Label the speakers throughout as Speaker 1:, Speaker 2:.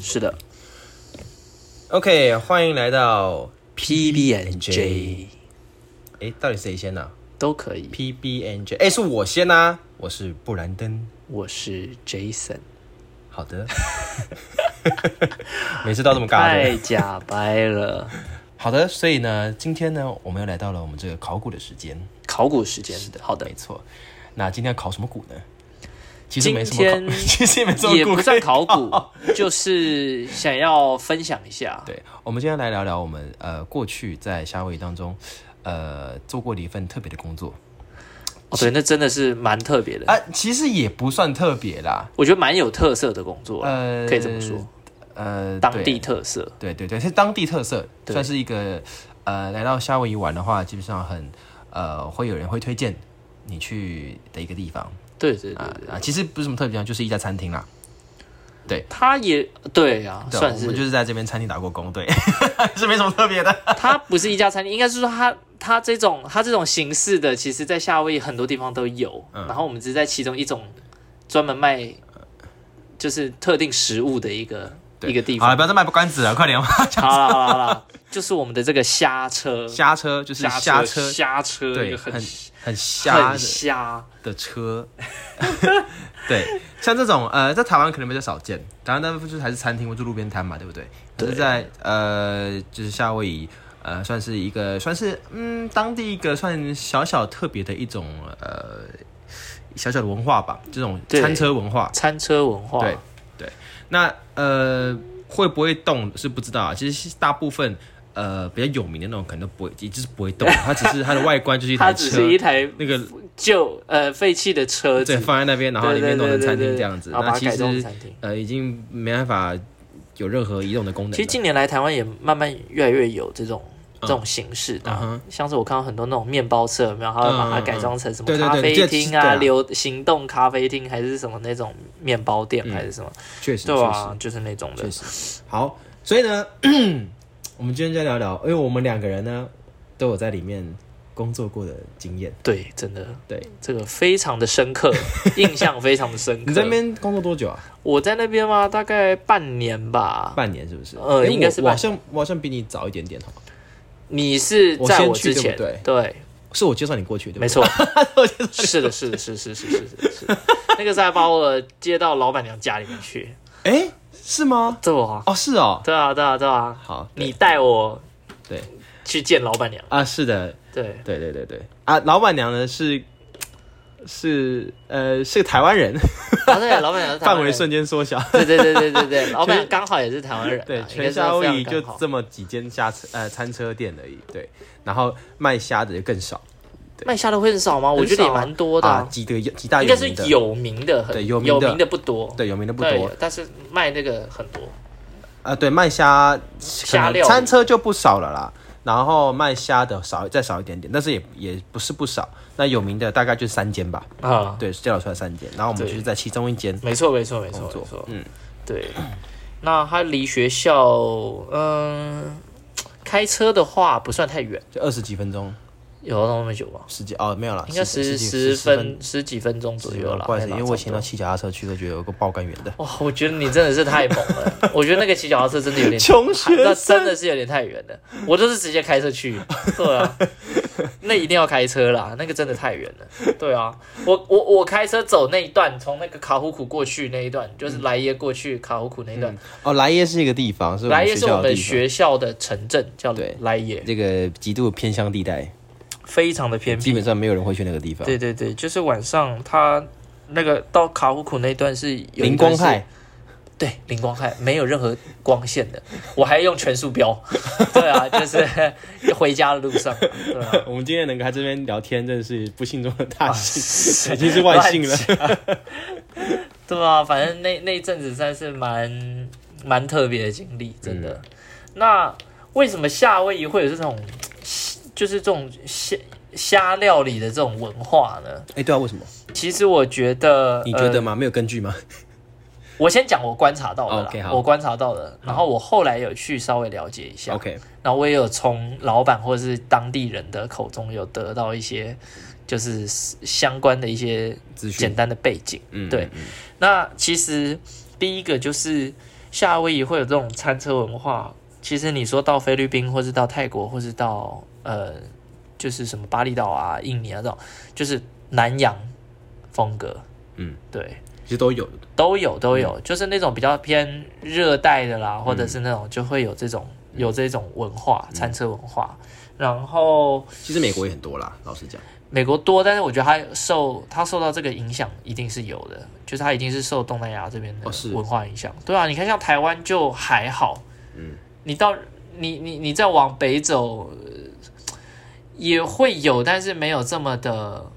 Speaker 1: 是的
Speaker 2: OK，欢迎来到
Speaker 1: ，PB and J
Speaker 2: 诶，到底谁先呢、
Speaker 1: 都可以。
Speaker 2: p b n j 诶，是我先呐、我是布兰登。
Speaker 1: 我是 Jason，
Speaker 2: 好的， 每次都这么尬对不对
Speaker 1: 太假掰了。
Speaker 2: 好的，所以呢，今天呢，我们又来到了我们这个考古的时间。
Speaker 1: 考古时间，好的
Speaker 2: 没，错。那今天要考什么古呢？其实
Speaker 1: 今
Speaker 2: 没什么
Speaker 1: 天
Speaker 2: 考， 其实也没什么
Speaker 1: 也
Speaker 2: 古
Speaker 1: 不
Speaker 2: 可以
Speaker 1: 算考古，就是想要分享一下。
Speaker 2: 对，我们今天来聊聊我们呃过去在夏威夷当中，呃做过的一份特别的工作
Speaker 1: 哦，对，那真的是蛮特别的，
Speaker 2: 啊、其实也不算特别啦，
Speaker 1: 我觉得蛮有特色的工作啦，
Speaker 2: 呃，
Speaker 1: 可以这么说，，
Speaker 2: 呃，
Speaker 1: 当
Speaker 2: 对
Speaker 1: 地特色。
Speaker 2: 对对对，是当地特色，
Speaker 1: 对
Speaker 2: 算是一个呃来到夏威夷玩的话，基本上很呃会有人会推荐你去的一个地方
Speaker 1: 对对对
Speaker 2: 啊
Speaker 1: 对，
Speaker 2: 啊，其实不是什么特别地方，就是一家餐厅啦。
Speaker 1: 他也对啊，
Speaker 2: 对啊
Speaker 1: 算
Speaker 2: 我
Speaker 1: 是
Speaker 2: 们就是在这边餐厅打过工，对， 是没什么特别的。
Speaker 1: 它不是一家餐厅，应该是说它它这种它这种形式的，其实在夏威夷很多地方都有，
Speaker 2: 嗯
Speaker 1: 然后我们只是在其中一种专门卖就是特定食物的一个
Speaker 2: 对啊
Speaker 1: 一个地
Speaker 2: 好了，
Speaker 1: 方。
Speaker 2: 不要再卖关子了，快点，哦
Speaker 1: 好啦好啦好啦，就是我们的这个虾车，
Speaker 2: 虾车就是虾车，
Speaker 1: 虾车，一
Speaker 2: 对，
Speaker 1: 个很
Speaker 2: 很很虾
Speaker 1: 很
Speaker 2: 的
Speaker 1: 虾，
Speaker 2: 的车， 对，像这种呃，在台湾可能比较少见，台湾大部分就是还是餐厅或者路边摊嘛，对不对？可是在呃，就是夏威夷，呃，算是一个算是嗯当地一个算小小特别的一种呃小小的文化吧，这种
Speaker 1: 对
Speaker 2: 餐车文化。
Speaker 1: 餐车文化，
Speaker 2: 对那呃会不会动是不知道啊，其实大部分。呃，比较有名的那种可能都不会，也就是不会动，它只是它的外观就是一
Speaker 1: 它
Speaker 2: 台
Speaker 1: 只
Speaker 2: 车，
Speaker 1: 是一台
Speaker 2: 那个
Speaker 1: 旧呃废弃的车
Speaker 2: 对
Speaker 1: 子，
Speaker 2: 放在那边，然后里面弄成餐
Speaker 1: 对对对对
Speaker 2: 厅
Speaker 1: 对
Speaker 2: 这样子。
Speaker 1: 然后
Speaker 2: 那
Speaker 1: 把它
Speaker 2: 其
Speaker 1: 改装成
Speaker 2: 实
Speaker 1: 餐厅。
Speaker 2: 呃，已经没办法有任何移动的功能了。
Speaker 1: 其实近年来台湾也慢慢越来越有这种。这种形式的
Speaker 2: 嗯哼嗯
Speaker 1: 啊，像是我看到很多那种面包车，有没有？它会把它改装成什么
Speaker 2: 嗯嗯嗯对对
Speaker 1: 咖
Speaker 2: 对
Speaker 1: 啡厅
Speaker 2: 这
Speaker 1: 啊、
Speaker 2: 对啊
Speaker 1: 流行动咖啡厅，还是什么那种面包店，
Speaker 2: 嗯
Speaker 1: 还是什么？
Speaker 2: 确实，确
Speaker 1: 对
Speaker 2: 实，
Speaker 1: 啊，就是那种的
Speaker 2: 确。实。好，所以呢， 我们今天再聊聊，因为我们两个人呢都有在里面工作过的经验。
Speaker 1: 对，真的，
Speaker 2: 对，
Speaker 1: 这个非常的深刻，印象非常的深刻。
Speaker 2: 你在那边工作多久啊？
Speaker 1: 我在那边嘛，大概半年吧。
Speaker 2: 半年是不是？
Speaker 1: 呃
Speaker 2: 诶
Speaker 1: 应该是
Speaker 2: 我我
Speaker 1: 半
Speaker 2: 好像我好像比你早一点点哈，
Speaker 1: 你是
Speaker 2: 我
Speaker 1: 在
Speaker 2: 先
Speaker 1: 我之
Speaker 2: 去对不
Speaker 1: 前，
Speaker 2: 对
Speaker 1: 对，
Speaker 2: 是我介绍你过去对不
Speaker 1: 没
Speaker 2: 对？
Speaker 1: 错，是的，是的，是是是是是是，那个时候还把我接到老板娘家里面去，
Speaker 2: 哎、是吗？
Speaker 1: 对啊，
Speaker 2: 哦，是哦。
Speaker 1: 对啊，对啊，对啊，
Speaker 2: 好，对
Speaker 1: 你带我
Speaker 2: 对
Speaker 1: 去见老板娘，
Speaker 2: 啊，是的，
Speaker 1: 对，
Speaker 2: 对对对对啊，老板娘呢是是呃是个台湾人，
Speaker 1: 啊对，老板娘是台湾
Speaker 2: 范
Speaker 1: 人
Speaker 2: 围，瞬间缩小。
Speaker 1: 对对对对对 对，老板娘刚好也是台湾人啊，
Speaker 2: 对，
Speaker 1: 应该
Speaker 2: 全
Speaker 1: 是非常
Speaker 2: 夏威夷就
Speaker 1: 刚好
Speaker 2: 这么几间虾车呃餐车店而已。对，然后卖虾的就更少
Speaker 1: 卖虾的会很少哦吗？我觉得也蛮多的啊，
Speaker 2: 啊，几个几大
Speaker 1: 应
Speaker 2: 有
Speaker 1: 该是
Speaker 2: 名的，
Speaker 1: 有名的很，
Speaker 2: 对
Speaker 1: 有
Speaker 2: 有名的
Speaker 1: 的不多，
Speaker 2: 对有名的不
Speaker 1: 对
Speaker 2: 多，
Speaker 1: 但是卖那个很多，
Speaker 2: 啊。对，卖虾可
Speaker 1: 虾
Speaker 2: 能
Speaker 1: 料理
Speaker 2: 餐车就不少了啦。然后卖虾的少再少一点点，但是也也不是不少。那有名的大概就三间吧，
Speaker 1: 啊，
Speaker 2: 对，介绍出来三间。然后我们
Speaker 1: 对
Speaker 2: 就是在其中一间
Speaker 1: 没错，没错，没错，
Speaker 2: 工
Speaker 1: 没
Speaker 2: 作
Speaker 1: 错，，
Speaker 2: 嗯，
Speaker 1: 对。那它离学校，嗯，开车的话不算太远，
Speaker 2: 就二十几分钟，
Speaker 1: 有那么久吗？
Speaker 2: 十几哦没有了，
Speaker 1: 应该
Speaker 2: 十
Speaker 1: 十
Speaker 2: 几
Speaker 1: 十
Speaker 2: 分
Speaker 1: 分十几分钟左右了。
Speaker 2: 不好意思，因为我以前
Speaker 1: 前
Speaker 2: 到骑脚踏车去都觉得有个爆肝源的。
Speaker 1: 哇，我觉得你真的是太猛 了，我觉得那个骑脚踏车真的有点
Speaker 2: 穷学
Speaker 1: 那真的是有点太远了。我都是直接开车去，对 啊，那一定要开车啦，那个真的太远了，对啊，我我我开车走那一段，从那个卡胡库过去那一段，就是莱耶过去卡胡库那一段，
Speaker 2: 哦，莱耶是一个地方，是我
Speaker 1: 莱
Speaker 2: 们
Speaker 1: 耶
Speaker 2: 学
Speaker 1: 是
Speaker 2: 校
Speaker 1: 嗯我
Speaker 2: 的
Speaker 1: 们
Speaker 2: 地方，
Speaker 1: 学校的城镇，叫
Speaker 2: 对
Speaker 1: 莱耶，
Speaker 2: 这个极度偏乡地带，
Speaker 1: 非常的偏
Speaker 2: 基
Speaker 1: 僻。
Speaker 2: 本上没有人会去那个地方。
Speaker 1: 对，对对，就是晚上它那个到卡胡库那一段是有一
Speaker 2: 灵
Speaker 1: 段
Speaker 2: 光
Speaker 1: 是
Speaker 2: 派，
Speaker 1: 对，零光害，没有任何光线的，我还用全速标。对 啊，就是回家的路上，对啊，
Speaker 2: 我们今天能在这边聊天，真的是不幸中的大幸，
Speaker 1: 已
Speaker 2: 已经是万幸了。
Speaker 1: 对啊，反正那那一阵子算是蛮蛮特别的经历，真的。
Speaker 2: 嗯
Speaker 1: 那为什么夏威夷会有这种，就是这种虾虾料理的这种文化呢？
Speaker 2: 哎，对啊，为什么？
Speaker 1: 其实我觉得，
Speaker 2: 你觉
Speaker 1: 呃
Speaker 2: 得吗？没有根据吗？
Speaker 1: 我先讲我观察到的啦
Speaker 2: 哦 OK，好
Speaker 1: 我观察到的，然后我后来有去稍微了解一下
Speaker 2: OK，
Speaker 1: 然后我也有从老板或者是当地人的口中有得到一些，就是相关的一些
Speaker 2: 资讯
Speaker 1: 简单的背景。
Speaker 2: 嗯，
Speaker 1: 对
Speaker 2: 嗯，嗯
Speaker 1: 那其实第一个就是夏威夷会有这种餐车文化，其实你说到菲律宾，或是到泰国，或是到呃，就是什么巴厘岛啊、印尼啊这种，就是南洋风格，
Speaker 2: 嗯，
Speaker 1: 对，
Speaker 2: 其实都有的。
Speaker 1: 都有都有，就是那种比较偏热带的啦，或者是那种就会有这种有这种文化，餐车文化。然后
Speaker 2: 其实美国也很多啦，老实讲，
Speaker 1: 美国多，但是我觉得它受它受到这个影响一定是有的，就是它一定是受东南亚这边的
Speaker 2: 哦是
Speaker 1: 文化影响。对啊，你看像台湾就还好，
Speaker 2: 嗯，
Speaker 1: 你到你你你再往北走呃也会有，但是没有这么的，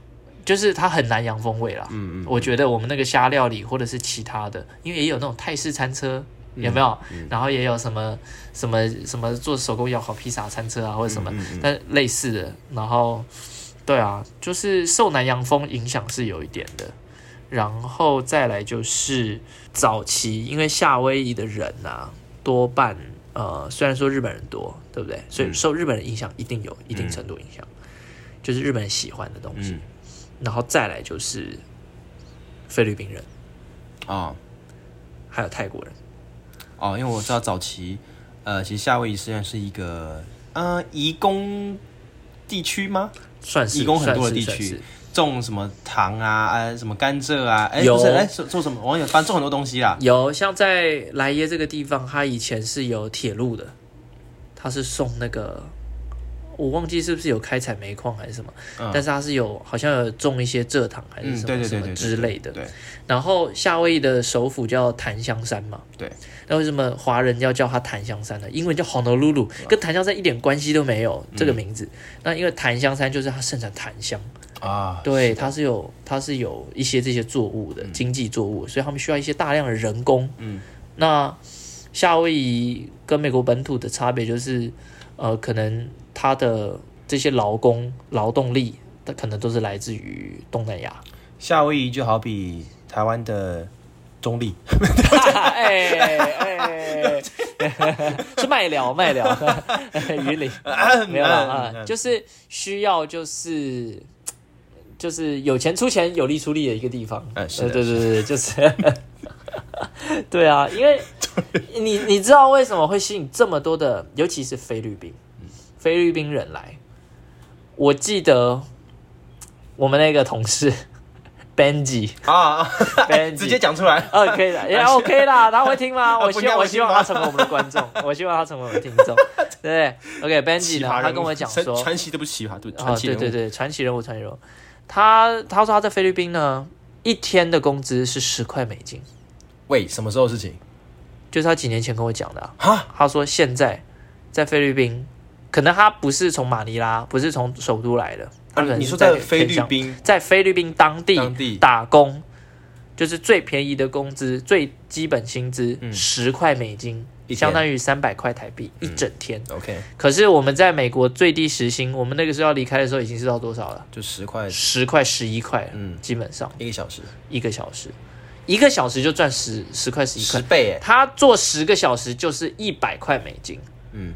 Speaker 1: 就是它很南洋风味啦。
Speaker 2: 嗯嗯，
Speaker 1: 我觉得我们那个虾料理或者是其他的，因为也有那种泰式餐车，
Speaker 2: 嗯
Speaker 1: 有没有？然后也有什么什么什么做手工窑烤披萨餐车啊，或者什
Speaker 2: 嗯
Speaker 1: 么，但类似的。然后，对啊，就是受南洋风影响是有一点的。然后再来就是早期，因为夏威夷的人啊，多半呃，虽然说日本人多，对不对？所以
Speaker 2: 嗯
Speaker 1: 受日本人影响一定有一定程度影响，就是日本人喜欢的东西。
Speaker 2: 嗯
Speaker 1: 然后再来就是菲律宾人，
Speaker 2: 哦
Speaker 1: 还有泰国人。
Speaker 2: 哦，因为我知道早期，呃，其实夏威夷虽然是一个呃移工地区吗？
Speaker 1: 算是
Speaker 2: 移工很多的
Speaker 1: 算
Speaker 2: 地
Speaker 1: 是算
Speaker 2: 区
Speaker 1: 是，
Speaker 2: 种什么糖啊，哎，什么甘蔗啊，哎，
Speaker 1: 有
Speaker 2: 不是，哎，做做什么？我有，反正种很多东西啦。
Speaker 1: 有像在莱耶这个地方，它以前是有铁路的，它是送那个我忘记是不是有开采煤矿还是什么，
Speaker 2: 嗯
Speaker 1: 但是它是有好像有种一些蔗糖还是
Speaker 2: 嗯，
Speaker 1: 什么、
Speaker 2: 对对对对
Speaker 1: 什
Speaker 2: 对
Speaker 1: 么之类的。
Speaker 2: 对，
Speaker 1: 然后夏威夷的首府叫檀香山嘛，
Speaker 2: 对。
Speaker 1: 那为什么华人要叫它檀香山呢？英文叫 Honolulu，跟檀香山一点关系都没有
Speaker 2: 嗯
Speaker 1: 这个名字。那因为檀香山就是它盛产檀香。
Speaker 2: 啊，
Speaker 1: 对，它是嗯有它是有一些这些作物的、经济作物，所以他们需要一些大量的人工。
Speaker 2: 嗯，
Speaker 1: 那夏威夷跟美国本土的差别就是，呃，可能它的这些劳工劳动力，它可能都是来自于东南亚。
Speaker 2: 夏威夷就好比台湾的中立，
Speaker 1: 哎哎， 是卖聊卖聊， 鱼鳞 没有
Speaker 2: 嗯
Speaker 1: 了啊，就是需要就是。就是有钱出钱，有力出力的一个地方。
Speaker 2: 哎是
Speaker 1: 呃
Speaker 2: 的
Speaker 1: 对对对，就是， 对啊，因 为你你知道为什么会吸引这么多的，尤其是菲律宾
Speaker 2: 嗯
Speaker 1: 菲律宾人来？我记得我们那个同事 Benji，
Speaker 2: 啊，
Speaker 1: Benji
Speaker 2: 直接讲出 来。
Speaker 1: 哦，可以的，也 OK 啦。他会听吗？
Speaker 2: 啊不
Speaker 1: 我希望
Speaker 2: 应该
Speaker 1: 我
Speaker 2: 会
Speaker 1: 希
Speaker 2: 听吗
Speaker 1: 望他成为我们的观 众，我希望他成为我们的听众，对不对？OK，Benji
Speaker 2: 奇
Speaker 1: 呢？
Speaker 2: 葩人物
Speaker 1: 他跟我讲
Speaker 2: 传
Speaker 1: 说，
Speaker 2: 传奇，对不起，奇葩，对，
Speaker 1: 啊，
Speaker 2: 传奇
Speaker 1: 对
Speaker 2: 人物，
Speaker 1: 对对，传奇人物，传奇人物。他他说他在菲律宾呢，一天的工资是十块美金，
Speaker 2: 喂，什么时候的事情？
Speaker 1: 就是他几年前跟我讲的、啊。
Speaker 2: 哈，
Speaker 1: 他说现在在菲律宾，可能他不是从马尼拉，不是从首都来的，他可
Speaker 2: 啊
Speaker 1: 能
Speaker 2: 你
Speaker 1: 是
Speaker 2: 说
Speaker 1: 在
Speaker 2: 在菲律
Speaker 1: 偏向
Speaker 2: 宾
Speaker 1: 在菲律宾当地
Speaker 2: 当地
Speaker 1: 打工，就是最便宜的工资，最基本薪资十块美金，
Speaker 2: 嗯一天嗯
Speaker 1: 相当于三百块台币一整天。
Speaker 2: ，OK，
Speaker 1: 可是我们在美国最低时薪，我们那个时候要离开的时候已经是到多少了？
Speaker 2: 就十块
Speaker 1: 十块、十一块，
Speaker 2: 嗯
Speaker 1: 基本上
Speaker 2: 一个小时，
Speaker 1: 一个小时，一个小时就赚十十块、十一
Speaker 2: 十
Speaker 1: 块。
Speaker 2: 倍哎，
Speaker 1: 他做十个小时就是一百块美金，
Speaker 2: 嗯，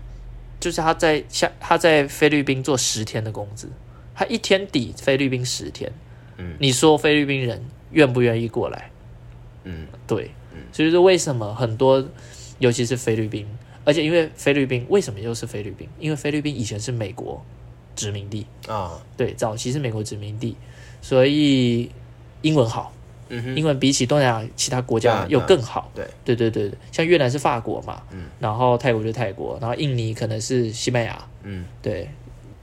Speaker 1: 就是他在下他在菲律宾做十天的工资，他一天抵菲律宾十天。
Speaker 2: 嗯，
Speaker 1: 你说菲律宾人愿不愿意过来？
Speaker 2: 嗯，
Speaker 1: 对，所以说为什么很多，尤其是菲律宾，而且因为菲律宾为什么又是菲律宾？因为菲律宾以前是美国殖民地，
Speaker 2: 啊，
Speaker 1: 对，早期是美国殖民地，所以英文好，
Speaker 2: 嗯
Speaker 1: 英文比起东南亚其他国家
Speaker 2: 对啊
Speaker 1: 又更好。
Speaker 2: 对嗯
Speaker 1: 对对对对，像越南是法国嘛，然后泰国就泰国，然后印尼可能是西班牙，
Speaker 2: 嗯，
Speaker 1: 对，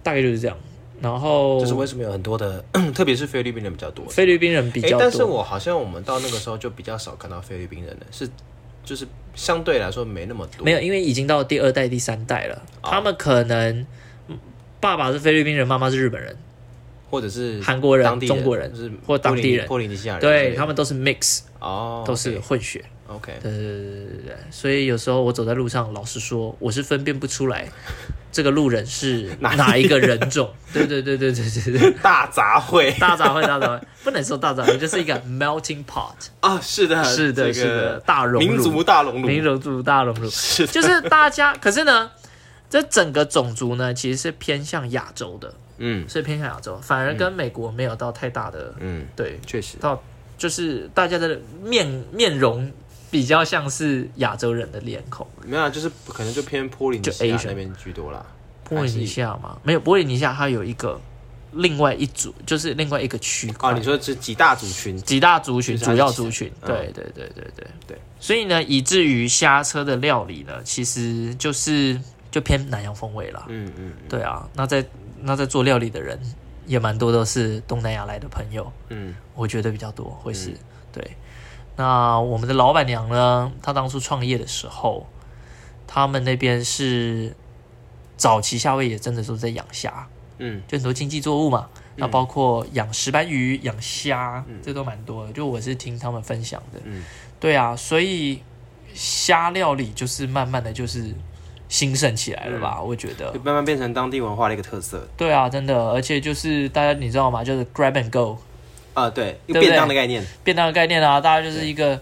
Speaker 1: 大概就是这样。然后
Speaker 2: 这是为什么有很多的， 特别是菲律宾人比较多。
Speaker 1: 哦菲律宾人比
Speaker 2: 哎、
Speaker 1: 较
Speaker 2: 但是
Speaker 1: 多，
Speaker 2: 我好像我们到那个时候就比较少看到菲律宾人了，是就是相对来说没那么多。
Speaker 1: 没有，因为已经到第二代、第三代了，
Speaker 2: 哦
Speaker 1: 他们可能嗯爸爸是菲律宾人，妈妈是日本人，
Speaker 2: 或者是
Speaker 1: 韩国人
Speaker 2: 当地
Speaker 1: 中国人
Speaker 2: 就是
Speaker 1: 或当地人
Speaker 2: 波利尼西亚人之类的，
Speaker 1: 对他们都是 mix，
Speaker 2: 哦，
Speaker 1: 都是混血。
Speaker 2: OK，
Speaker 1: 对对对对对，所以有时候我走在路上，老实说，我是分辨不出来这个路人是 哪一个人种。对对对对对对对，
Speaker 2: 大杂烩
Speaker 1: 大杂烩大杂烩，不能说大杂烩，就是一个 melting pot，
Speaker 2: 啊，是的，
Speaker 1: 是的
Speaker 2: 这
Speaker 1: 是
Speaker 2: 个
Speaker 1: 的大熔炉
Speaker 2: 民族大熔
Speaker 1: 民
Speaker 2: 炉，
Speaker 1: 族主大熔炉，
Speaker 2: 是
Speaker 1: 就是大家。可是呢，这整个种族呢，其实是偏向亚洲的，
Speaker 2: 嗯
Speaker 1: 是偏向亚洲，反而跟美国没有到太大的、
Speaker 2: 嗯，
Speaker 1: 对，
Speaker 2: 确实
Speaker 1: 到就是大家的面面容比较像是亚洲人的脸孔，
Speaker 2: 没有啊，就是可能就偏波利尼西亚
Speaker 1: Asian
Speaker 2: 那边居多啦。
Speaker 1: 波利尼西亚嘛，没有波利尼西亚，它有一个另外一组，就是另外一个区
Speaker 2: 啊，
Speaker 1: 块
Speaker 2: 你，说这几大族群，
Speaker 1: 几大族群，
Speaker 2: 就是它
Speaker 1: 主
Speaker 2: 是
Speaker 1: 要
Speaker 2: 几
Speaker 1: 族群，
Speaker 2: 嗯
Speaker 1: 对对对对对
Speaker 2: 对，
Speaker 1: 所以呢，以至于虾车的料理呢，其实就是就偏南洋风味啦，
Speaker 2: 嗯嗯
Speaker 1: 对啊，那在那在做料理的人也蛮多都是东南亚来的朋友，
Speaker 2: 嗯，
Speaker 1: 我觉得比较多会是、
Speaker 2: 嗯
Speaker 1: 对。那我们的老板娘呢，她当初创业的时候，他们那边是早期夏威夷真的都在养虾，
Speaker 2: 嗯
Speaker 1: 就很多经济作物嘛，那包括养石斑鱼、养虾，这都蛮多的。就我是听他们分享的，
Speaker 2: 嗯
Speaker 1: 对啊，所以虾料理就是慢慢的就是兴盛起来了吧？我觉得
Speaker 2: 就，慢慢变成当地文化的一个特色。
Speaker 1: 对啊，真的，而且就是大家你知道吗？就是 grab and go
Speaker 2: 啊，对，一
Speaker 1: 对不
Speaker 2: 个便
Speaker 1: 对
Speaker 2: 当的概念。
Speaker 1: 便当的概念啊，大家就是一个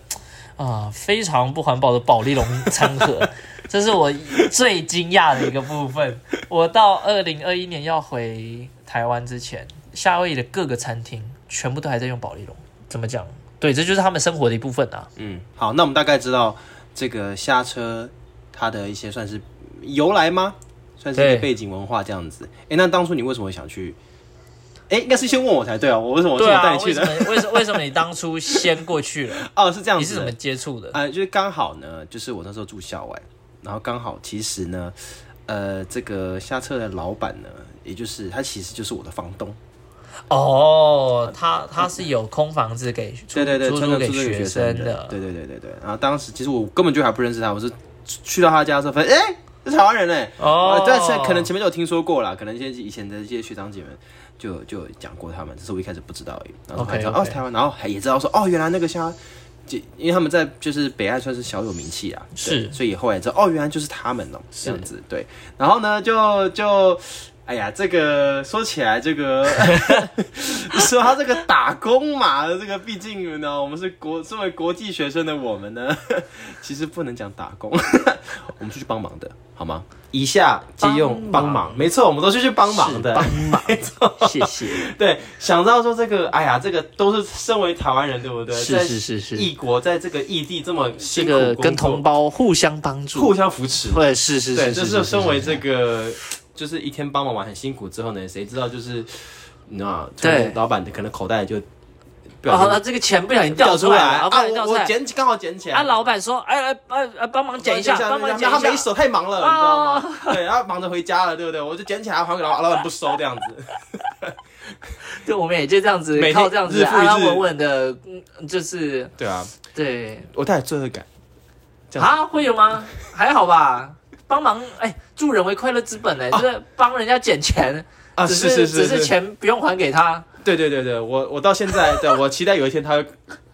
Speaker 1: 啊、非常不环保的保利龙餐 盒，这是我最惊讶的一个部分。我到二零二一年要回台湾之前，夏威夷的各个餐厅全部都还在用保利龙，怎么讲？对，这就是他们生活的一部分啊。
Speaker 2: 嗯，好，那我们大概知道这个下车它的一些算是由来吗？算是一
Speaker 1: 对
Speaker 2: 个背景文化这样子。哎、那当初你为什么会想去？哎、应该是先问我才对啊，我为什么是
Speaker 1: 对
Speaker 2: 我带
Speaker 1: 啊，
Speaker 2: 你
Speaker 1: 为
Speaker 2: 去
Speaker 1: 什
Speaker 2: 的？
Speaker 1: 么？为什么？为什么你当初先过去了？
Speaker 2: 哦， 是这样
Speaker 1: 你是
Speaker 2: 子的。
Speaker 1: 怎么接触的？
Speaker 2: 呃，就是刚好呢，就是我那时候住校外，然后刚好其实呢，呃，这个下车的老板呢，也就是他其实就是我的房东，
Speaker 1: 哦，他他是有空房子给出
Speaker 2: 对对对，
Speaker 1: 出
Speaker 2: 穿
Speaker 1: 租
Speaker 2: 着
Speaker 1: 给
Speaker 2: 出租给
Speaker 1: 学
Speaker 2: 生
Speaker 1: 的，
Speaker 2: 对对对对对。然后当时其实我根本就还不认识他，我是去到他家的时候发现，哎、这是台湾人哎、
Speaker 1: 哦
Speaker 2: 呃，但是可能前面就有听说过啦，可能一些以前的一些学长姐们就就有讲过他们，只是我一开始不知道而已。然后才知道
Speaker 1: OK，OK
Speaker 2: 哦是台湾，然后还也知道说哦原来那个虾，就因为他们在就是北岸算是小有名气啊，对
Speaker 1: 是
Speaker 2: 所以后来知道哦原来就是他们哦、这样子对。然后呢就就。哎呀，这个说起来，这个 说他这个打工嘛，这个毕竟呢，我们是国作为国际学生的我们呢， 其实不能讲打工， 我们是去帮忙的，好吗？以下借用
Speaker 1: 帮
Speaker 2: 帮
Speaker 1: 忙
Speaker 2: 忙，没错，我们都是去帮忙的，
Speaker 1: 帮忙， 谢谢。
Speaker 2: 对，想到说这个，哎呀，这个都是身为台湾人，对不对？
Speaker 1: 是是是
Speaker 2: 在
Speaker 1: 是，
Speaker 2: 异国在这个异地这么
Speaker 1: 这
Speaker 2: 辛苦
Speaker 1: 个
Speaker 2: 工作，
Speaker 1: 跟同胞互相帮助
Speaker 2: 互，相扶持，
Speaker 1: 对，是是
Speaker 2: 对，
Speaker 1: 是，
Speaker 2: 这是身为这个就是一天帮忙完很辛苦之后呢，谁知道就是你知道吗，
Speaker 1: 对
Speaker 2: 突然老板可能口袋就不
Speaker 1: 哦，那
Speaker 2: 小心
Speaker 1: 这个钱不小心
Speaker 2: 掉
Speaker 1: 出
Speaker 2: 来
Speaker 1: 了，
Speaker 2: 啊，
Speaker 1: 不小心掉
Speaker 2: 我
Speaker 1: 出
Speaker 2: 我
Speaker 1: 来。
Speaker 2: 捡起刚好捡起来
Speaker 1: 啊，老板说，哎哎哎哎，帮忙捡一下，帮忙捡
Speaker 2: 他没
Speaker 1: 一下。
Speaker 2: 手太忙了，你知道吗？对，然后忙着回家了，对不对？我就捡起来还给老板，老板不收这样子。
Speaker 1: 对，我们也就这样子
Speaker 2: 每，天
Speaker 1: 靠这样子
Speaker 2: 日复
Speaker 1: 安
Speaker 2: 一日
Speaker 1: 安稳稳的，嗯，就是
Speaker 2: 对啊，
Speaker 1: 对
Speaker 2: 我带有罪恶感。这样
Speaker 1: 啊，会有吗？还好吧，帮忙，哎，助人为快乐之本，哎，就是帮人家捡钱，
Speaker 2: 啊，
Speaker 1: 只
Speaker 2: 是是
Speaker 1: 只
Speaker 2: 是
Speaker 1: 是，钱不用还给他。
Speaker 2: 对对对对，我我到现在，对我期待有一天他会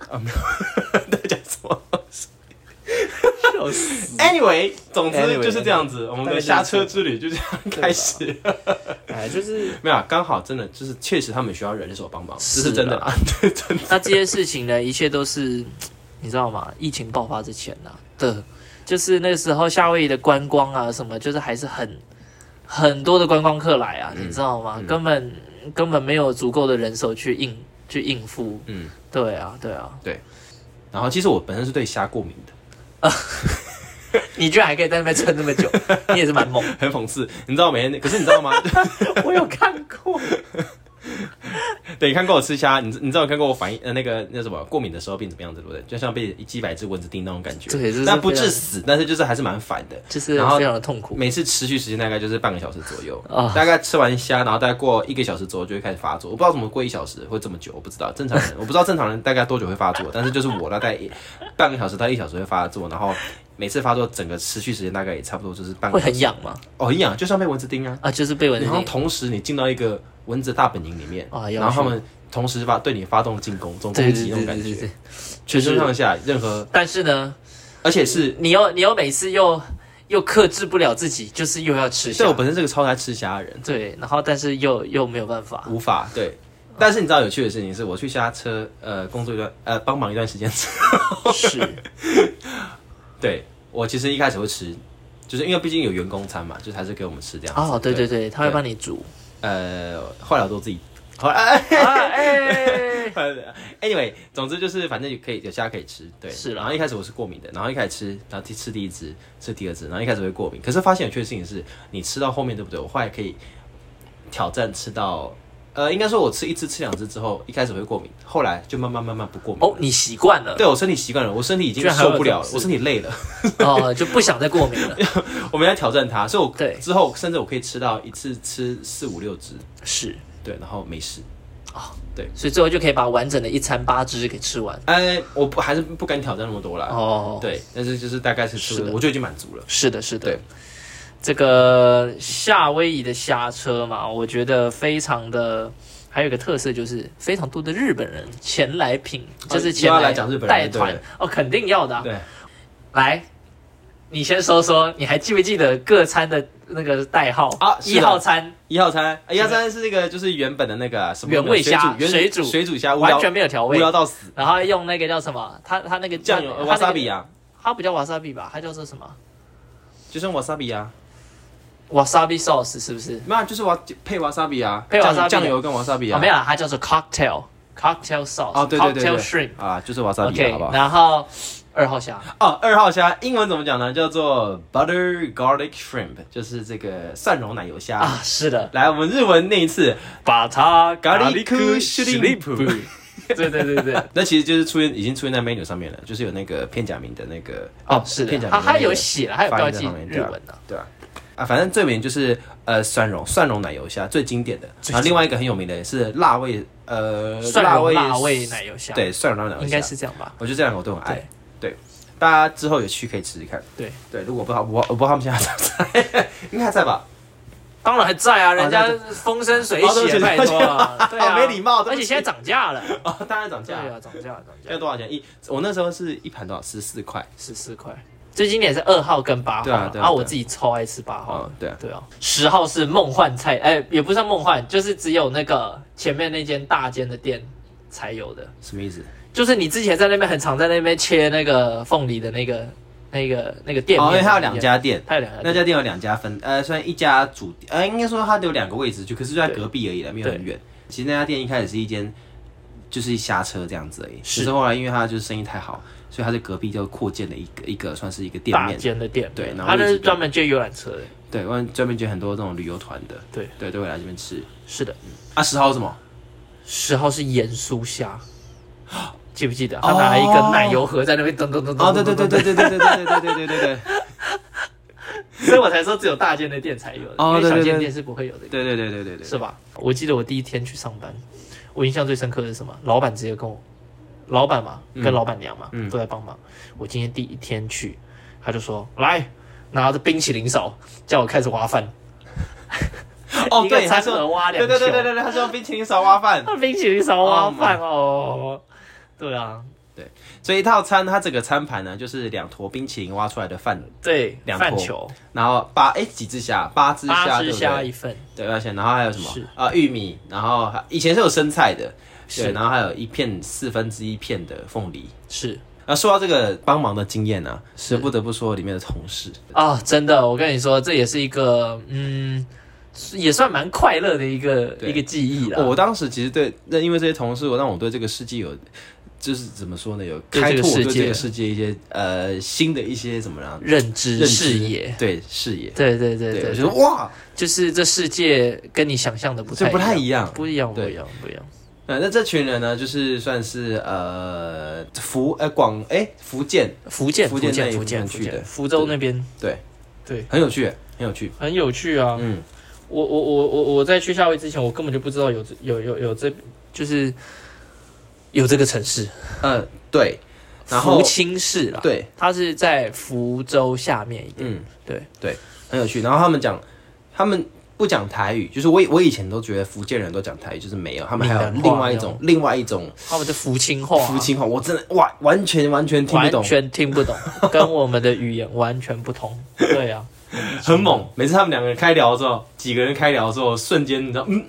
Speaker 2: 啊没有 在讲什么。
Speaker 1: 笑死！
Speaker 2: Anyway，总之
Speaker 1: Anyway，
Speaker 2: 就是这样子，我们的下车之旅就这样开始。
Speaker 1: 哎，就是
Speaker 2: 没有啊，刚好真的就是确实他们需要人手帮忙，
Speaker 1: 是
Speaker 2: 这是真的啊， 对，真的。
Speaker 1: 那这些事情呢，一切都是你知道吗？疫情爆发之前呐、的，就是那时候夏威夷的观光啊什么，就是还是很很多的观光客来啊，你知道吗？根本根本没有足够的人手去应去应付。
Speaker 2: 嗯，
Speaker 1: 对啊，对啊，
Speaker 2: 然后其实我本身是对虾过敏的。
Speaker 1: 你居然还可以在那边撑那么久，你也是蛮猛。
Speaker 2: 很讽刺，你知道我每天，可是你知道吗？
Speaker 1: 我有看 过，
Speaker 2: 对，你看过我吃虾，你知你知道我看过我反应呃那个那什么过敏的时候变怎么样子，对不对？就像被几百只蚊子叮那种感觉，
Speaker 1: 对这是
Speaker 2: 但不
Speaker 1: 非常
Speaker 2: 致死，但是就是还是蛮烦的。
Speaker 1: 就是
Speaker 2: 然后
Speaker 1: 非常的痛苦。
Speaker 2: 每次持续时间大概就是半个小时左右，
Speaker 1: 啊
Speaker 2: 大概吃完虾，然后大概过一个小时左右就会开始发作。我不知道怎么过一小时会这么久，我不知道正常人，我不知道正常人大概多久会发作，但是就是我大概一半个小时到一小时会发作，然后每次发作整个持续时间大概也差不多就是半个
Speaker 1: 会
Speaker 2: 小时
Speaker 1: 很痒吗？
Speaker 2: 哦，很痒，就像被蚊子叮啊。
Speaker 1: 啊，就是被蚊
Speaker 2: 你
Speaker 1: 子
Speaker 2: 好像
Speaker 1: 叮。
Speaker 2: 同时你进到一个蚊子大本营里面，
Speaker 1: 啊要
Speaker 2: 然后他们同时发对你发动进攻，总攻
Speaker 1: 对对
Speaker 2: 击
Speaker 1: 对
Speaker 2: 那种
Speaker 1: 对
Speaker 2: 感
Speaker 1: 对
Speaker 2: 觉，
Speaker 1: 对，就
Speaker 2: 全身
Speaker 1: 是。
Speaker 2: 上下任何，
Speaker 1: 但是呢，
Speaker 2: 而且是
Speaker 1: 你又你又每次又又克制不了自己，就是又要吃
Speaker 2: 对我
Speaker 1: 虾，
Speaker 2: 本身是个超爱吃虾的人，
Speaker 1: 对，然后但是又又没有办法，
Speaker 2: 无法对。但是你知道有趣的事情是，我去虾车呃工作一段呃帮忙一段时间，
Speaker 1: 是
Speaker 2: 对我其实一开始会吃，就是因为毕竟有员工餐嘛，就是还是给我们吃这样子。
Speaker 1: 哦，对对对，他会
Speaker 2: 对
Speaker 1: 帮你煮，
Speaker 2: 呃，后来我都自己，后来、哎
Speaker 1: 啊哎，
Speaker 2: anyway，总之就是反正可以有虾可以吃，对，
Speaker 1: 是啦
Speaker 2: 然后一开始我是过敏的，然后一开始吃，然后第吃第一只，吃第二只，然后一开始会过敏，可是发现有趣的事情是，你吃到后面对不对？我后来可以挑战吃到，呃，应该说我吃一只吃两只之后，一开始会过敏，后来就慢慢慢慢不过敏。
Speaker 1: 哦，你习惯了
Speaker 2: 对我身体习惯了，我身体已
Speaker 1: 居
Speaker 2: 经
Speaker 1: 然还有
Speaker 2: 受不了
Speaker 1: 这
Speaker 2: 了
Speaker 1: 种，事
Speaker 2: 我身体累了，
Speaker 1: 哦，就不想再过敏了。
Speaker 2: 我们来挑战它，所以我
Speaker 1: 对
Speaker 2: 之后甚至我可以吃到一次吃四五六只，
Speaker 1: 是，
Speaker 2: 对，然后没事。
Speaker 1: 所以最后就可以把完整的一餐八只给吃完。
Speaker 2: 呃，我不还是不敢挑战那么多啦。
Speaker 1: 哦，
Speaker 2: 对，但是就是大概是吃
Speaker 1: 是的
Speaker 2: 我就已经满足了。
Speaker 1: 是的，是的
Speaker 2: 对。
Speaker 1: 这个夏威夷的虾车嘛，我觉得非常的，还有一个特色就是非常多的日本人前来品，就是前
Speaker 2: 哦又要来讲日本人
Speaker 1: 带
Speaker 2: 对
Speaker 1: 团哦，肯定要的啊、
Speaker 2: 对，
Speaker 1: 来，你先说说，你还记不记得各餐的那个代号
Speaker 2: 啊是
Speaker 1: 一
Speaker 2: 的
Speaker 1: 号餐
Speaker 2: 一号餐，呃一号餐是那个就是原本的那个啊什么
Speaker 1: 原味虾
Speaker 2: 水煮
Speaker 1: 水
Speaker 2: 原
Speaker 1: 煮
Speaker 2: 水煮虾，无
Speaker 1: 完
Speaker 2: 聊
Speaker 1: 全没有调
Speaker 2: 无
Speaker 1: 味，
Speaker 2: 聊到死，
Speaker 1: 然后用那个叫什么？它它那个
Speaker 2: 酱油
Speaker 1: 它那
Speaker 2: 呃
Speaker 1: 个
Speaker 2: wasabi 啊，
Speaker 1: 它不叫 wasabi 吧？它叫做什么
Speaker 2: 就像 wasabi 啊，
Speaker 1: ？wasabi sauce 是不是？
Speaker 2: 没有啊就是瓦配 wasabi 啊，
Speaker 1: 配
Speaker 2: 酱
Speaker 1: wasabi
Speaker 2: 酱油跟 wasabi
Speaker 1: 啊，
Speaker 2: 啊
Speaker 1: 没，有啦，它叫做 cocktail cocktail sauce，
Speaker 2: 哦对对对
Speaker 1: cocktail
Speaker 2: 对
Speaker 1: shrimp。
Speaker 2: 啊，就是 wasabi 啊
Speaker 1: OK，
Speaker 2: 好不好？
Speaker 1: 然后二号虾啊
Speaker 2: 哦，二号虾英文怎么讲呢？叫做 butter garlic shrimp，就是这个蒜蓉奶油虾。
Speaker 1: 啊，是的，
Speaker 2: 来，我们日文念一次，
Speaker 1: 把它
Speaker 2: 咖喱库，shrimp 哦
Speaker 1: 对对对 对，
Speaker 2: 那其实就是出现已经出现在 menu 上面了，就是有那个片假名的那个
Speaker 1: 哦，是
Speaker 2: 片
Speaker 1: 的，
Speaker 2: 假名
Speaker 1: 它它
Speaker 2: 的那个
Speaker 1: 有写了，它有标记
Speaker 2: 发音在上面
Speaker 1: 日
Speaker 2: 对啊
Speaker 1: 文的，
Speaker 2: 对啊，啊，反正最有名就是呃蒜蓉蒜蓉奶油虾最经典的，然后另外一个很有名的也是辣味呃
Speaker 1: 蒜蓉
Speaker 2: 味
Speaker 1: 辣味奶油虾，，
Speaker 2: 对蒜蓉辣奶油虾，
Speaker 1: 应该是这样吧？
Speaker 2: 我觉得这两个我都很爱，对。大家之后有去可以吃吃看，
Speaker 1: 对
Speaker 2: 对。如果不好，我我不知道他们现在还在不在，应该还在吧？
Speaker 1: 当然还在啊，人家
Speaker 2: 哦那
Speaker 1: 风生水
Speaker 2: 哦对不
Speaker 1: 起，
Speaker 2: 起哦
Speaker 1: 拜托 啊，对啊，
Speaker 2: 没礼貌对
Speaker 1: 而
Speaker 2: 不起
Speaker 1: 且现在涨价了，
Speaker 2: 啊、哦，当然涨
Speaker 1: 对
Speaker 2: 价了，
Speaker 1: 啊，涨价了，涨价
Speaker 2: 要
Speaker 1: 了，
Speaker 2: 多少钱一？我那时候是一盘多少？十四块。
Speaker 1: 十四块。最经典是二号跟八号
Speaker 2: 对啊
Speaker 1: 嘛，
Speaker 2: 对啊对啊
Speaker 1: 我自己超爱吃八号
Speaker 2: 哦
Speaker 1: 的，，
Speaker 2: 对啊，
Speaker 1: 对啊，十号是梦幻菜，哎、也不算梦幻，就是只有那个前面那间大间的店才有的，
Speaker 2: 什么意思？
Speaker 1: 就是你之前在那边很常在那边切那个凤梨的那个那个那个店面，
Speaker 2: 哦，因为它有两，家店，
Speaker 1: 它有两家
Speaker 2: 那
Speaker 1: 店，
Speaker 2: 家店有两家分，呃，虽然一家主，呃，应该说它有两个位置，就可是就在
Speaker 1: 对
Speaker 2: 隔壁而已了，没有
Speaker 1: 对
Speaker 2: 很远。其实那家店一开始是一间就是下车这样子而已，
Speaker 1: 是
Speaker 2: 只是后来因为它就是生意太好，所以它在隔壁就扩建了一个一个算是一个店
Speaker 1: 大
Speaker 2: 面，
Speaker 1: 间的店面，
Speaker 2: 对然后
Speaker 1: 它那
Speaker 2: 一
Speaker 1: 是
Speaker 2: 直
Speaker 1: 专门接游览车的，
Speaker 2: 对，外面专门就很多这种旅游团的，
Speaker 1: 对
Speaker 2: 对，都会来这边吃。
Speaker 1: 是的，
Speaker 2: 啊，十号是什么？
Speaker 1: 十号是盐酥 虾，记不记得？他拿一个奶油盒在那边噔噔噔噔，
Speaker 2: 哦，对对对对对对对对对对对对对。
Speaker 1: 对，所以我才说只有大间的店才有的，
Speaker 2: 哦
Speaker 1: 因为
Speaker 2: 对
Speaker 1: 小
Speaker 2: 对
Speaker 1: 间
Speaker 2: 对
Speaker 1: 店是不会有的，
Speaker 2: 对对对对对对，
Speaker 1: 是吧？我记得我第一天去上班，我印象最深刻的是什么？老板直接跟我，老板嘛，
Speaker 2: 嗯
Speaker 1: 跟老板娘嘛，都在帮忙。我今天第一天去，他就说来拿着冰淇淋勺，叫我开始挖饭。
Speaker 2: 哦
Speaker 1: 一个
Speaker 2: 对，
Speaker 1: 餐
Speaker 2: 他
Speaker 1: 盒
Speaker 2: 说，
Speaker 1: 挖
Speaker 2: 对
Speaker 1: 两
Speaker 2: 对对
Speaker 1: 球
Speaker 2: 对对对，他是用冰淇淋勺挖饭，
Speaker 1: 那冰淇淋勺挖饭哦，对啊，
Speaker 2: 所以一套餐它整个餐盘呢就是两坨冰淇淋挖出来的饭
Speaker 1: 对，
Speaker 2: 两
Speaker 1: 饭
Speaker 2: 坨
Speaker 1: 球，
Speaker 2: 然后八哎、几只虾，八只虾，
Speaker 1: 八
Speaker 2: 对
Speaker 1: 只
Speaker 2: 不
Speaker 1: 虾
Speaker 2: 对？
Speaker 1: 一份，
Speaker 2: 对，而且然后还有什么
Speaker 1: 是
Speaker 2: 啊、玉米，然后还以前是有生菜的，对，
Speaker 1: 是
Speaker 2: 然后还有一片四分之一片的凤梨。
Speaker 1: 是
Speaker 2: 啊，说到这个帮忙的经验呢、啊，是不得不说里面的同事，
Speaker 1: 啊、真的，我跟你说，这也是一个嗯，也算蛮快乐的一个
Speaker 2: 对
Speaker 1: 一个记忆
Speaker 2: 哦
Speaker 1: 了。
Speaker 2: 我当时其实对，那因为这些同事，我让我对这个世界有，就是怎么说呢，有
Speaker 1: 对
Speaker 2: 开
Speaker 1: 这个
Speaker 2: 拓我
Speaker 1: 世
Speaker 2: 对
Speaker 1: 界
Speaker 2: 这个世界一些呃新的一些怎么样
Speaker 1: 认
Speaker 2: 认
Speaker 1: 知、
Speaker 2: 知
Speaker 1: 视野，，
Speaker 2: 对视野，
Speaker 1: 对对对
Speaker 2: 对，
Speaker 1: 对
Speaker 2: 我觉得哇，
Speaker 1: 就是这世界跟你想象的不
Speaker 2: 这
Speaker 1: 太
Speaker 2: 不太一样，
Speaker 1: 不一样，不
Speaker 2: 对
Speaker 1: 一样，不一样。
Speaker 2: 呃，那这群人呢，就是算是呃福呃广哎、福建
Speaker 1: 福建，
Speaker 2: 福
Speaker 1: 福
Speaker 2: 建那
Speaker 1: 建，
Speaker 2: 一
Speaker 1: 福建，
Speaker 2: 部分
Speaker 1: 福
Speaker 2: 去的
Speaker 1: 建，福州那边
Speaker 2: 对
Speaker 1: 对
Speaker 2: 很有趣，很有 趣。
Speaker 1: 很有趣啊。
Speaker 2: 嗯，
Speaker 1: 我我我我我在去夏威夷之前，我根本就不知道有这有有有这就是有这个城市，
Speaker 2: 呃，对，然后
Speaker 1: 福清市啦，，
Speaker 2: 对，
Speaker 1: 它是在福州下面一点，
Speaker 2: 嗯，
Speaker 1: 对
Speaker 2: 对，很有趣。然后他们讲，他们不讲台语，就是我以我以前都觉得福建人都讲台语，就是没有，他们还有
Speaker 1: 闽南话
Speaker 2: 另外一种另外一种
Speaker 1: 他们的福清话，啊
Speaker 2: 福清话，我真的哇，完全完全听不
Speaker 1: 完
Speaker 2: 懂，
Speaker 1: 全听不懂，跟我们的语言完全不 同。对啊，
Speaker 2: 很猛。每次他们两个人开聊之后，几个人开聊之后，瞬间你知道，嗯，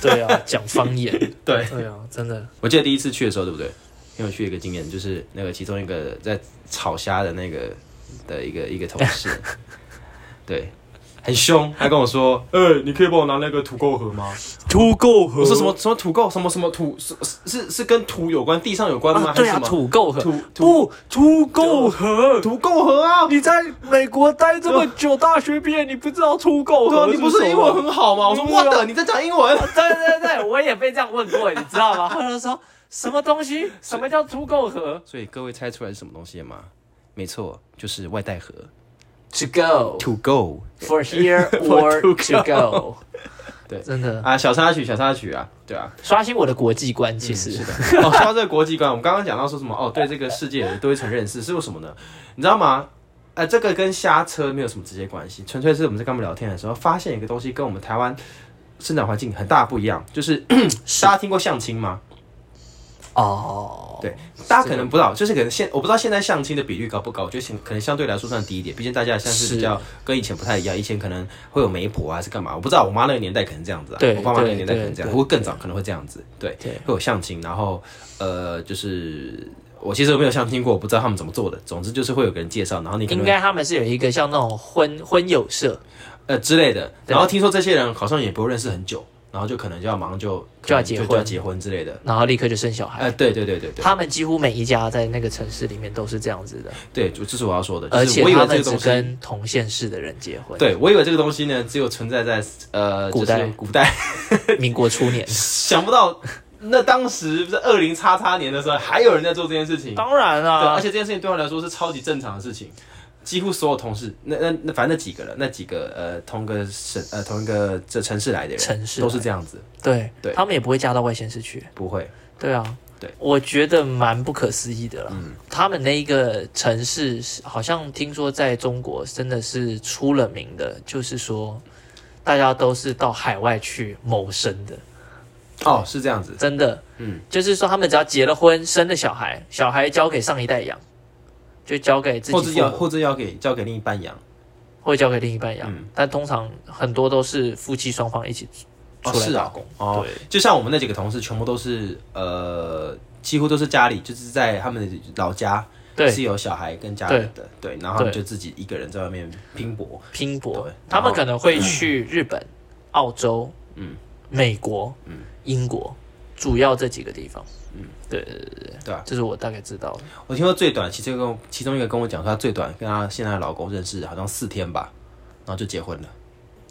Speaker 1: 对啊，讲方言，
Speaker 2: 对，
Speaker 1: 对啊，真的
Speaker 2: 我记得第一次去的时候，对不对？很有趣一个经验，就是那个其中一 个在炒虾的那个的一个一个同事，对，很凶，他跟我说：“呃、你可以帮我拿那个土垢盒吗
Speaker 1: 土垢？”盒
Speaker 2: 我说：“什么什么土垢？什么什么土？是是是跟土有关，地上有关吗？
Speaker 1: 啊？对啊，
Speaker 2: 还是什
Speaker 1: 土
Speaker 2: 么
Speaker 1: 垢盒
Speaker 2: 土土
Speaker 1: 不土垢盒。
Speaker 2: 土垢盒啊？
Speaker 1: 你在美国待这么久，大学毕业你不知道土垢
Speaker 2: 对啊
Speaker 1: 盒，
Speaker 2: 你不
Speaker 1: 是
Speaker 2: 是英文
Speaker 1: 很。
Speaker 2: 很好吗？”我说：“
Speaker 1: 对啊
Speaker 2: 我的，你在讲英 文？
Speaker 1: 对对对，我也被这样问过，你知道吗？他就说什么东 西，什么叫土垢盒”
Speaker 2: 所以各位猜出来是什么东西了吗？没错，就是外带盒
Speaker 1: ？To go
Speaker 2: to go
Speaker 1: for here or
Speaker 2: to
Speaker 1: to go。
Speaker 2: 对
Speaker 1: 真的
Speaker 2: 啊，小插曲，小插曲啊，对 啊。
Speaker 1: 刷新我的国际观，其实。
Speaker 2: 哦，说到这个国际观，我们刚刚讲到说什么？哦，对这个世界有多一层认识是为什么呢？你知道吗？呃，这个跟瞎车没有什么直接关系，纯粹是我们在跟他们聊天的时候发现一个东西跟我们台湾生长环境很大不一样，就是 大家听过相亲吗？
Speaker 1: 哦，
Speaker 2: 对，大家可能不知道，就是可能现我不知道现在相亲的比率高不高，我觉得现可能相对来说算低一点，毕竟大家像是比较跟以前不太一样，以前可能会有媒婆啊，还是干嘛，我不知道，我妈那个年代可能这样子啊，
Speaker 1: 对
Speaker 2: 我爸妈那个
Speaker 1: 对
Speaker 2: 年代可
Speaker 1: 对
Speaker 2: 能这样，
Speaker 1: 对
Speaker 2: 不过更早可能会这样子，对，
Speaker 1: 对
Speaker 2: 会有相亲，然后呃，就是我其实没有相亲过，我不知道他们怎么做的，总之就是会有个人介绍，然后你可
Speaker 1: 应
Speaker 2: 能
Speaker 1: 该他们是有一个像那种婚婚友社，
Speaker 2: 呃之类的，然后听说这些人好像也不会认识很久，然后就可能就要马上就
Speaker 1: 就要
Speaker 2: 可能
Speaker 1: 结婚哎
Speaker 2: 就要结婚之类的，
Speaker 1: 然后立刻就生小孩。
Speaker 2: 呃，对对对对对
Speaker 1: 他们几乎每一家在那个城市里面都是这样子的，
Speaker 2: 对，这是我要说的，
Speaker 1: 而
Speaker 2: 就是
Speaker 1: 且
Speaker 2: 我以
Speaker 1: 他
Speaker 2: 为这
Speaker 1: 们
Speaker 2: 个
Speaker 1: 只
Speaker 2: 东西。
Speaker 1: 跟同县市的人结婚。，
Speaker 2: 对，我以为这个东西呢，只有存在在呃，
Speaker 1: 古代
Speaker 2: 就是古代，
Speaker 1: 民国初年，
Speaker 2: 想不到那当时在二零叉叉年的时候，还有人在做这件事情。
Speaker 1: 当然
Speaker 2: 对，而
Speaker 1: 啊
Speaker 2: 且，这件事情对他来说是超级正常的事情。几乎所有同事，那那那反正那几个人，那几个呃同个省呃同一个这城市来的人，
Speaker 1: 城市
Speaker 2: 都是这样子，
Speaker 1: 对
Speaker 2: 对
Speaker 1: 他们也不会嫁到外县市去。
Speaker 2: 不会。
Speaker 1: 对啊，
Speaker 2: 对，嗯
Speaker 1: 我觉得蛮不可思议的啦。他们那一个城市是好像听说在中国真的是出了名的，就是说大家都是到海外去谋生的，
Speaker 2: 哦，是这样子，
Speaker 1: 真的。
Speaker 2: 嗯，
Speaker 1: 就是说他们只要结了婚，生了小孩，小孩交给上一代养，就交给自己
Speaker 2: 或
Speaker 1: 父
Speaker 2: 者
Speaker 1: 母
Speaker 2: 要或者要给交给另一半养。
Speaker 1: 或者交给另一半养。
Speaker 2: 嗯
Speaker 1: 但通常很多都是夫妻双方一起
Speaker 2: 哦
Speaker 1: 出来
Speaker 2: 是啊
Speaker 1: 打工。
Speaker 2: 哦
Speaker 1: 对，
Speaker 2: 就像我们那几个同事，全部都是呃，几乎都是家里就是在他们的老家是
Speaker 1: 对，
Speaker 2: 有小孩跟家人的，对，然后他们
Speaker 1: 对
Speaker 2: 就自己一个人在外面拼搏，
Speaker 1: 拼搏
Speaker 2: 对，
Speaker 1: 他
Speaker 2: 然
Speaker 1: 们
Speaker 2: 后
Speaker 1: 可能会去日本、澳洲、
Speaker 2: 嗯，
Speaker 1: 美国、
Speaker 2: 嗯
Speaker 1: 英国，主要这几个地方。
Speaker 2: 嗯
Speaker 1: 嗯，对对对对
Speaker 2: 对啊
Speaker 1: 这是我大概知道的。
Speaker 2: 我听说最短，其中一个其中一个跟我讲说，她最短跟她现在的老公认识好像四天吧，然后就结婚了。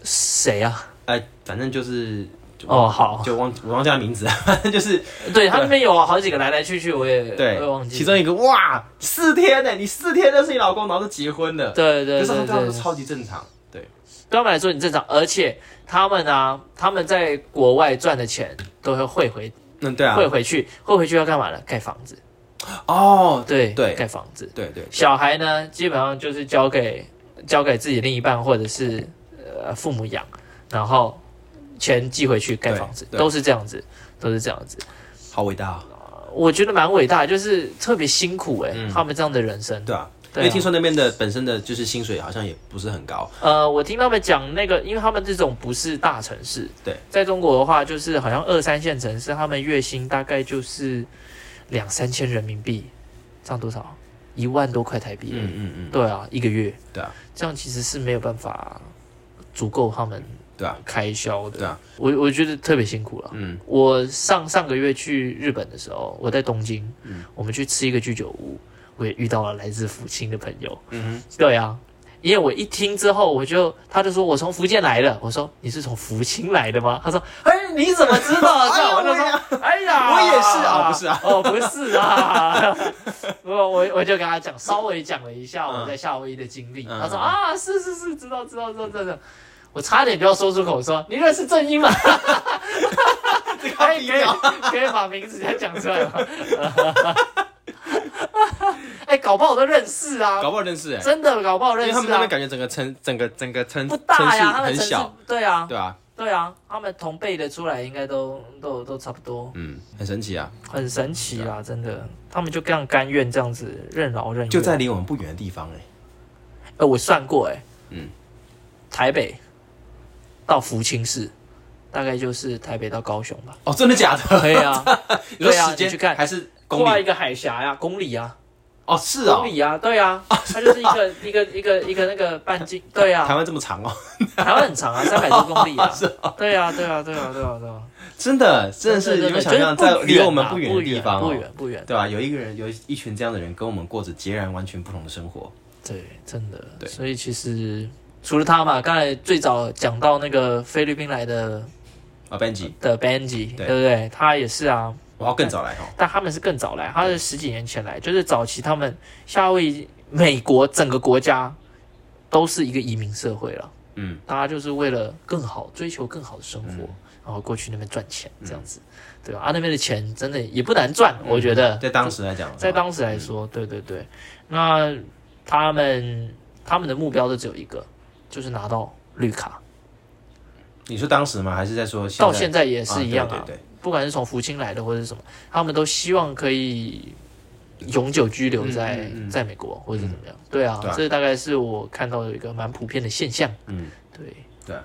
Speaker 1: 谁啊？
Speaker 2: 哎，反正就是就
Speaker 1: 哦，好，
Speaker 2: 就忘我忘记他名字， 反正就是
Speaker 1: 对他那边有啊好几个来来去去，我也
Speaker 2: 对
Speaker 1: 我也忘，记。
Speaker 2: 其中一个哇，四天哎呢，你四天认识你老公，然后就结婚了，
Speaker 1: 对对对
Speaker 2: 可是他
Speaker 1: 对
Speaker 2: 们这样都
Speaker 1: 对，
Speaker 2: 超级正常，对，
Speaker 1: 对他们来说很正常，而且他们啊，他们在国外赚的钱都会汇回
Speaker 2: 嗯对啊，
Speaker 1: 汇回去，汇回去要干嘛呢？盖房子，
Speaker 2: 哦，
Speaker 1: 对
Speaker 2: 对
Speaker 1: 盖房子。
Speaker 2: 对对，
Speaker 1: 小孩呢，基本上就是交给交给自己另一半或者是呃父母养，然后钱寄回去盖房子，
Speaker 2: 对对
Speaker 1: 都是这样子，都是这样子。
Speaker 2: 好伟大哦，
Speaker 1: 我觉得蛮伟大，就是特别辛苦哎、
Speaker 2: 嗯
Speaker 1: 他们这样的人生。
Speaker 2: 对啊，因
Speaker 1: 对啊
Speaker 2: 为听说那边的本身的就是薪水好像也不是很高，
Speaker 1: 呃，我听他们讲那个，因为他们这种不是大城市，
Speaker 2: 对，
Speaker 1: 在中国的话，就是好像二三线城市，他们月薪大概就是两三千人民币，这样多少？一万多块台币。
Speaker 2: 嗯嗯嗯，
Speaker 1: 对啊，一个月。
Speaker 2: 对啊，
Speaker 1: 这样其实是没有办法足够他们
Speaker 2: 对啊
Speaker 1: 开销的。
Speaker 2: 对啊，
Speaker 1: 我我觉得特别辛苦了。
Speaker 2: 嗯。
Speaker 1: 我上上个月去日本的时候，我在东京，
Speaker 2: 嗯
Speaker 1: 我们去吃一个居酒屋，我也遇到了来自福清的朋友。
Speaker 2: 嗯
Speaker 1: 对啊，因为我一听之后，我就他就说我从福建来的，我说你是从福清来的吗？他说哎你怎么知道的？
Speaker 2: 哎呦
Speaker 1: 我就
Speaker 2: 喂呀
Speaker 1: 说哎呀，
Speaker 2: 我也是啊不是啊，
Speaker 1: 哦不是 啊，我我我就跟他讲，稍微讲了一下我在夏威夷的经历，
Speaker 2: 嗯
Speaker 1: 他说
Speaker 2: 嗯
Speaker 1: 啊是是是，知道知道知道知道。我差点就要说出口说你认识正英 吗？
Speaker 2: 哼，
Speaker 1: 可以可以可以把名字再讲出来吗？ 哎、搞不好我都认识啊，
Speaker 2: 搞不好认识哎、
Speaker 1: 真的搞不好
Speaker 2: 因
Speaker 1: 认识
Speaker 2: 为
Speaker 1: 啊。
Speaker 2: 他们那边感觉整个城、整个整个城
Speaker 1: 不
Speaker 2: 城
Speaker 1: 大
Speaker 2: 市
Speaker 1: 呀，他们
Speaker 2: 很
Speaker 1: 城市
Speaker 2: 小，，
Speaker 1: 对啊，
Speaker 2: 对啊，
Speaker 1: 对啊，他们同辈的出来应该都都都差不多，
Speaker 2: 嗯，很神奇啊，
Speaker 1: 很神奇啦，真的，他们就这样甘愿这样子任劳任怨。
Speaker 2: 就在离我们不远的地方哎、
Speaker 1: 呃，我算过哎、
Speaker 2: 嗯，
Speaker 1: 台北到福清市，大概就是台北到高雄 吧。
Speaker 2: 哦，真的假的？
Speaker 1: 可以啊，
Speaker 2: 你说
Speaker 1: 对啊
Speaker 2: 时间
Speaker 1: 你去看
Speaker 2: 还是公
Speaker 1: 跨一
Speaker 2: 里？
Speaker 1: 个海峡呀、公里啊，
Speaker 2: 哦，是
Speaker 1: 波
Speaker 2: 哦，
Speaker 1: 比啊，对啊，它就是一个一个一个一个那个半径，对啊
Speaker 2: 台，湾这么长哦，
Speaker 1: 台湾很长啊，三百多公里 啊，对啊，对啊，对啊，对啊，对啊，
Speaker 2: 真的，真的
Speaker 1: 对
Speaker 2: 是你
Speaker 1: 对对
Speaker 2: 们想象
Speaker 1: 就是
Speaker 2: 在
Speaker 1: 不
Speaker 2: 离
Speaker 1: 远
Speaker 2: 我们
Speaker 1: 啊
Speaker 2: 不
Speaker 1: 不
Speaker 2: 远的地方、哦，
Speaker 1: 不远不远，
Speaker 2: 对吧、有一个人，有一群这样的人，跟我们过着截然完全不同的生活。
Speaker 1: 对，真的，
Speaker 2: 对
Speaker 1: 所以其实除了他嘛，刚才最早讲到那个菲律宾来的
Speaker 2: 啊，Benji，
Speaker 1: 的 Benji，
Speaker 2: 对
Speaker 1: 对不对？他也是啊，
Speaker 2: 我要更早来哦。
Speaker 1: 但他们是更早来，他是十几年前来，就是早期他们夏威夷、美国整个国家都是一个移民社会了，
Speaker 2: 嗯，
Speaker 1: 大家就是为了更好追求更好的生活，
Speaker 2: 嗯
Speaker 1: 然后过去那边赚钱这样子，对吧？啊，那边的钱真的也不难赚，
Speaker 2: 嗯
Speaker 1: 我觉得
Speaker 2: 在当时来讲，
Speaker 1: 在当时来说，对对对，那他们他们的目标都只有一个，就是拿到绿卡，
Speaker 2: 你说当时吗？还是在说
Speaker 1: 到
Speaker 2: 现
Speaker 1: 现在也
Speaker 2: 在
Speaker 1: 是一样啊，
Speaker 2: 对对对，
Speaker 1: 不管是从福清来的或者是什么，他们都希望可以永久居留在、
Speaker 2: 嗯嗯嗯
Speaker 1: 在美国或者是怎么样。对啊，
Speaker 2: 对啊
Speaker 1: 这大概是我看到的一个蛮普遍的现象。
Speaker 2: 嗯，
Speaker 1: 对
Speaker 2: 对啊，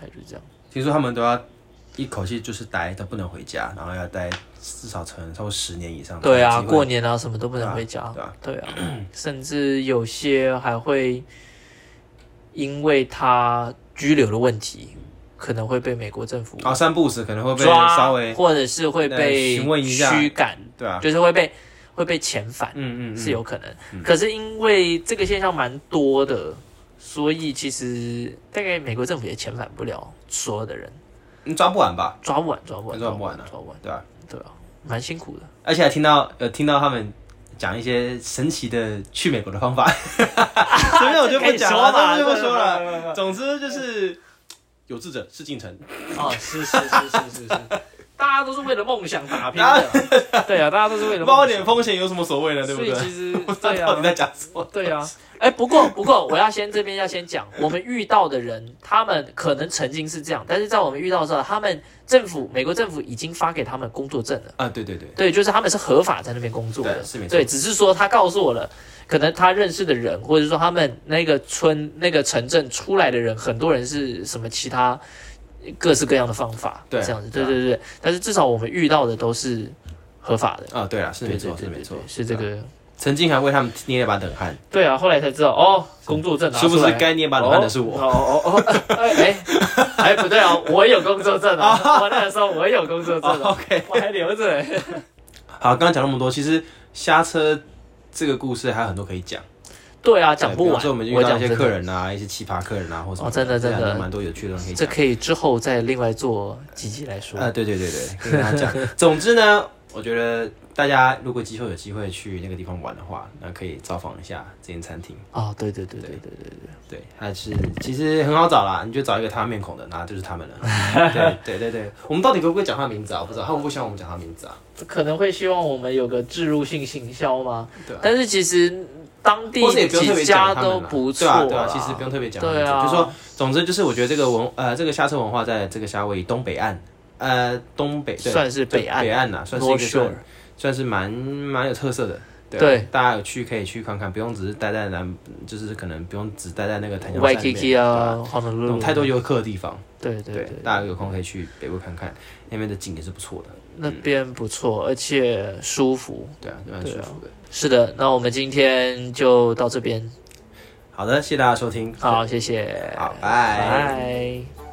Speaker 1: 大概就是这样。
Speaker 2: 听说他们都要一口气就是待，都不能回家，然后要待至少成超过十年以上。
Speaker 1: 对啊，
Speaker 2: 才有机会
Speaker 1: 过年啊什么都不能回家。
Speaker 2: 对啊
Speaker 1: 对啊， 甚至有些还会因为他居留的问题，可能会被美国政府
Speaker 2: 哦，三不五时可能会被
Speaker 1: 抓，
Speaker 2: 稍微
Speaker 1: 或者是会
Speaker 2: 对
Speaker 1: 被
Speaker 2: 询问一下
Speaker 1: 驱赶，
Speaker 2: 对啊，
Speaker 1: 就是会被会被遣返。
Speaker 2: 嗯嗯嗯，
Speaker 1: 是有可能。可是因为这个现象蛮多的，所以其实大概美国政府也遣返不了所有的人，
Speaker 2: 你抓不完吧？
Speaker 1: 抓不完，抓不完，
Speaker 2: 抓不完啊
Speaker 1: 抓不完，
Speaker 2: 对啊，
Speaker 1: 对啊，蛮辛苦的。
Speaker 2: 而且还听到有听到他们讲一些神奇的去美国的 方法，这边我就不讲了，
Speaker 1: 这可以
Speaker 2: 这边就不
Speaker 1: 说
Speaker 2: 说
Speaker 1: 吧
Speaker 2: 了。总之就是有志者事竟成，
Speaker 1: 哦，是是是是 是是，大家都是为了梦想打拼的，对啊，大家都是为了
Speaker 2: 冒
Speaker 1: 梦
Speaker 2: 点
Speaker 1: 想。
Speaker 2: 风险有什么所谓呢？对不
Speaker 1: 所
Speaker 2: 对
Speaker 1: 以？其实
Speaker 2: 不知道
Speaker 1: 对
Speaker 2: 到底在
Speaker 1: 啊，
Speaker 2: 讲什么。
Speaker 1: 对啊，哎，不过不过，我要先这边要先讲，我们遇到的人，他们可能曾经是这样，但是在我们遇到的时候，他们政府美国政府已经发给他们工作证了。
Speaker 2: 啊，对对对，
Speaker 1: 对，就是他们是合法在那边工作的，
Speaker 2: 对是没错
Speaker 1: 对，只是说他告诉我了，可能他认识的人，或者说他们那个村、那个城镇出来的人，很多人是什么其他各式各样的方法，
Speaker 2: 对
Speaker 1: 这样子，对
Speaker 2: 对啊
Speaker 1: 对对。但是至少我们遇到的都是合法的，
Speaker 2: 啊，对啊，是
Speaker 1: 对对
Speaker 2: 没
Speaker 1: 对
Speaker 2: 错，是
Speaker 1: 对
Speaker 2: 没
Speaker 1: 对
Speaker 2: 错，，
Speaker 1: 是这
Speaker 2: 对啊。
Speaker 1: 个，
Speaker 2: 曾经还为他们捏了一把冷汗，
Speaker 1: 对啊。后来才知道哦，工作证拿
Speaker 2: 是不
Speaker 1: 出
Speaker 2: 是
Speaker 1: 来。
Speaker 2: 该捏一把冷汗的是我？
Speaker 1: 哦哦哦，哦哎哎哎，不对哦，我有工作证 啊，我那个时候我有工作证
Speaker 2: 哦
Speaker 1: 啊，
Speaker 2: OK，
Speaker 1: 我还留着。欸
Speaker 2: 好，刚刚讲那么多，其实瞎车这个故事还有很多可以讲。
Speaker 1: 对啊，讲不
Speaker 2: 对
Speaker 1: 完
Speaker 2: 比方。说我们遇
Speaker 1: 我
Speaker 2: 到
Speaker 1: 讲
Speaker 2: 一些
Speaker 1: 真的
Speaker 2: 客人啊，一些奇葩客人啊，或什么
Speaker 1: 哦真的
Speaker 2: 对啊
Speaker 1: 真的
Speaker 2: 有蛮多有趣的东西可以
Speaker 1: 这
Speaker 2: 讲。
Speaker 1: 可以之后再另外做几集来说。
Speaker 2: 啊，对对 对对，可以跟他讲。总之呢，我觉得大家如果之后有机会去那个地方玩的话，那可以造访一下这间餐厅。
Speaker 1: 哦，对对对对对对
Speaker 2: 对，还是其实很好找啦，你就找一个他面孔的，那就是他们了。对对对对，我们到底可不可以讲他名字啊？我不知道，他们不希望我们讲他名字啊。
Speaker 1: 对，可能会希望我们有个植入性行销吗？
Speaker 2: 对啊
Speaker 1: 但是其实当地
Speaker 2: 或者也不用特别
Speaker 1: 几
Speaker 2: 讲
Speaker 1: 家
Speaker 2: 他们
Speaker 1: 都
Speaker 2: 啦
Speaker 1: 不错
Speaker 2: 对啊，对啊，
Speaker 1: 啦
Speaker 2: 其实不用特别讲他们
Speaker 1: 对
Speaker 2: 名字，
Speaker 1: 啊，
Speaker 2: 就说总之就是我觉得这个文呃这个虾车文化在这个夏威夷东北岸，呃东北对
Speaker 1: 算是北岸
Speaker 2: 对北岸呐、算是一个
Speaker 1: North
Speaker 2: 算
Speaker 1: Shore，
Speaker 2: 算是蛮蛮有特色的。对啊，
Speaker 1: 对
Speaker 2: 大家有去可以去看看，不用只是待在南，就是可能不用只待在那个檀香山里面
Speaker 1: Waikiki 啊
Speaker 2: 对啊有
Speaker 1: ，Honolulu，
Speaker 2: 太多游客的地方。
Speaker 1: 对对对，
Speaker 2: 大家有空可以去北部看看，那边的景也是不错的。
Speaker 1: 那边不错，而且舒服。
Speaker 2: 对啊，蛮舒服的。
Speaker 1: 是的，那我们今天就到这边，
Speaker 2: 好的，谢谢大家收听。
Speaker 1: 好，谢谢，
Speaker 2: 好，拜。
Speaker 1: 拜。